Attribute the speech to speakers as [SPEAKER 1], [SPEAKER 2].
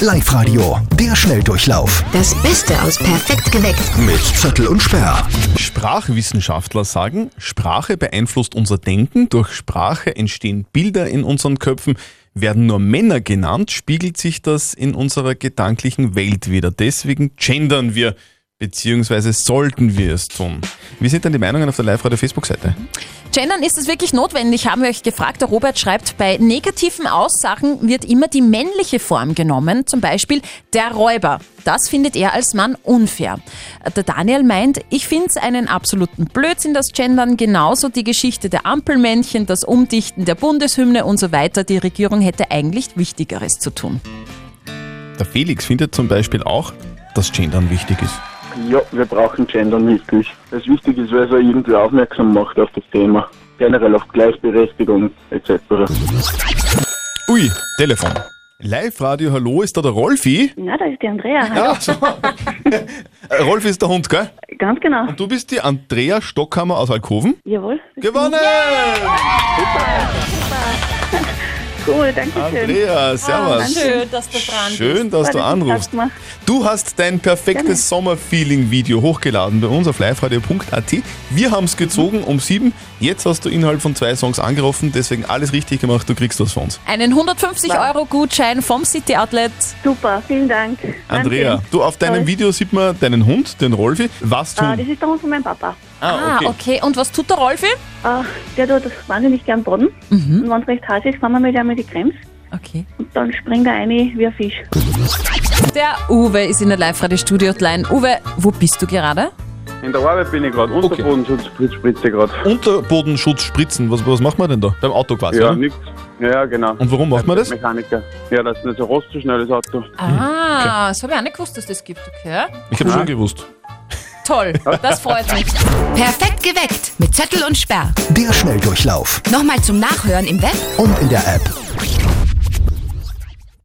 [SPEAKER 1] Live-Radio, der Schnelldurchlauf
[SPEAKER 2] Das Beste aus Perfekt geweckt.
[SPEAKER 1] mit Zettel und Sperr.
[SPEAKER 3] Sprachwissenschaftler sagen, Sprache beeinflusst unser Denken, durch Sprache entstehen Bilder in unseren Köpfen. Werden nur Männer genannt, spiegelt sich das in unserer gedanklichen Welt wieder. Deswegen gendern wir, beziehungsweise sollten wir es tun. Wie sind denn die Meinungen auf der Live-Radio-Facebook-Seite?
[SPEAKER 4] Gendern ist es wirklich notwendig, haben wir euch gefragt. Der Robert schreibt, bei negativen Aussagen wird immer die männliche Form genommen, zum Beispiel der Räuber. Das findet er als Mann unfair. Der Daniel meint, ich finde es einen absoluten Blödsinn, das Gendern, genauso die Geschichte der Ampelmännchen, das Umdichten der Bundeshymne und so weiter. Die Regierung hätte eigentlich Wichtigeres zu tun.
[SPEAKER 3] Der Felix findet zum Beispiel auch, dass Gendern wichtig ist.
[SPEAKER 5] Ja, wir brauchen Gendern wirklich. Das wichtig ist, weil es auch irgendwie aufmerksam macht auf das Thema. Generell auf Gleichberechtigung etc.
[SPEAKER 3] Ui, Telefon. Live-Radio, hallo, ist da der Rolfi?
[SPEAKER 6] Na, da ist die Andrea.
[SPEAKER 3] Ja, so. Rolfi ist der Hund, gell?
[SPEAKER 6] Ganz genau.
[SPEAKER 3] Du bist die Andrea Stockhammer aus Alkoven?
[SPEAKER 6] Jawohl.
[SPEAKER 3] Gewonnen!
[SPEAKER 6] Cool, danke schön.
[SPEAKER 3] Andrea, servus.
[SPEAKER 4] Ah, Schön, dass du dran
[SPEAKER 3] Schön, dass du anrufst. Du hast dein perfektes Sommerfeeling-Video hochgeladen bei uns auf liveradio.at. Wir haben es gezogen um sieben. Jetzt hast du innerhalb von zwei Songs angerufen, deswegen alles richtig gemacht. Du kriegst was von uns.
[SPEAKER 4] Einen 150-Euro-Gutschein vom City Outlet.
[SPEAKER 6] Super, vielen Dank.
[SPEAKER 3] Andrea,
[SPEAKER 6] Danke.
[SPEAKER 3] du auf deinem
[SPEAKER 6] Toll.
[SPEAKER 3] Video sieht man deinen Hund, den Rolfi. Was
[SPEAKER 6] Ah, das
[SPEAKER 3] tun?
[SPEAKER 6] ist der Hund von meinem Papa.
[SPEAKER 4] Ah, okay. Und was tut der Rolfi?
[SPEAKER 6] Ah, der tut das wahnsinnig gern Boden.
[SPEAKER 3] Mhm.
[SPEAKER 6] Und wenn es recht heiß ist, fahren wir mit ihm in die Krems.
[SPEAKER 4] Okay.
[SPEAKER 6] Und dann springt er rein wie ein Fisch.
[SPEAKER 4] Der Uwe ist in der Live-Radio-Studio-Hotline. Uwe, wo bist du gerade?
[SPEAKER 5] In der Arbeit bin ich gerade, Unterbodenschutz spritze gerade.
[SPEAKER 3] Unterbodenschutz spritzen. Was, was macht man denn da? Beim Auto quasi.
[SPEAKER 5] Ja,
[SPEAKER 3] ne?
[SPEAKER 5] nix. Ja, genau.
[SPEAKER 3] Und warum macht man das?
[SPEAKER 5] Mechaniker. Ja, das ist nicht so rost zu schnell, das Auto.
[SPEAKER 4] Ah, das habe ich auch nicht gewusst, dass das gibt, okay?
[SPEAKER 3] Ich habe schon gewusst.
[SPEAKER 4] Toll, das freut mich.
[SPEAKER 2] Perfekt geweckt mit Zettel und Sperr.
[SPEAKER 1] Der Schnelldurchlauf
[SPEAKER 2] Nochmal zum Nachhören im Web
[SPEAKER 1] und in der App.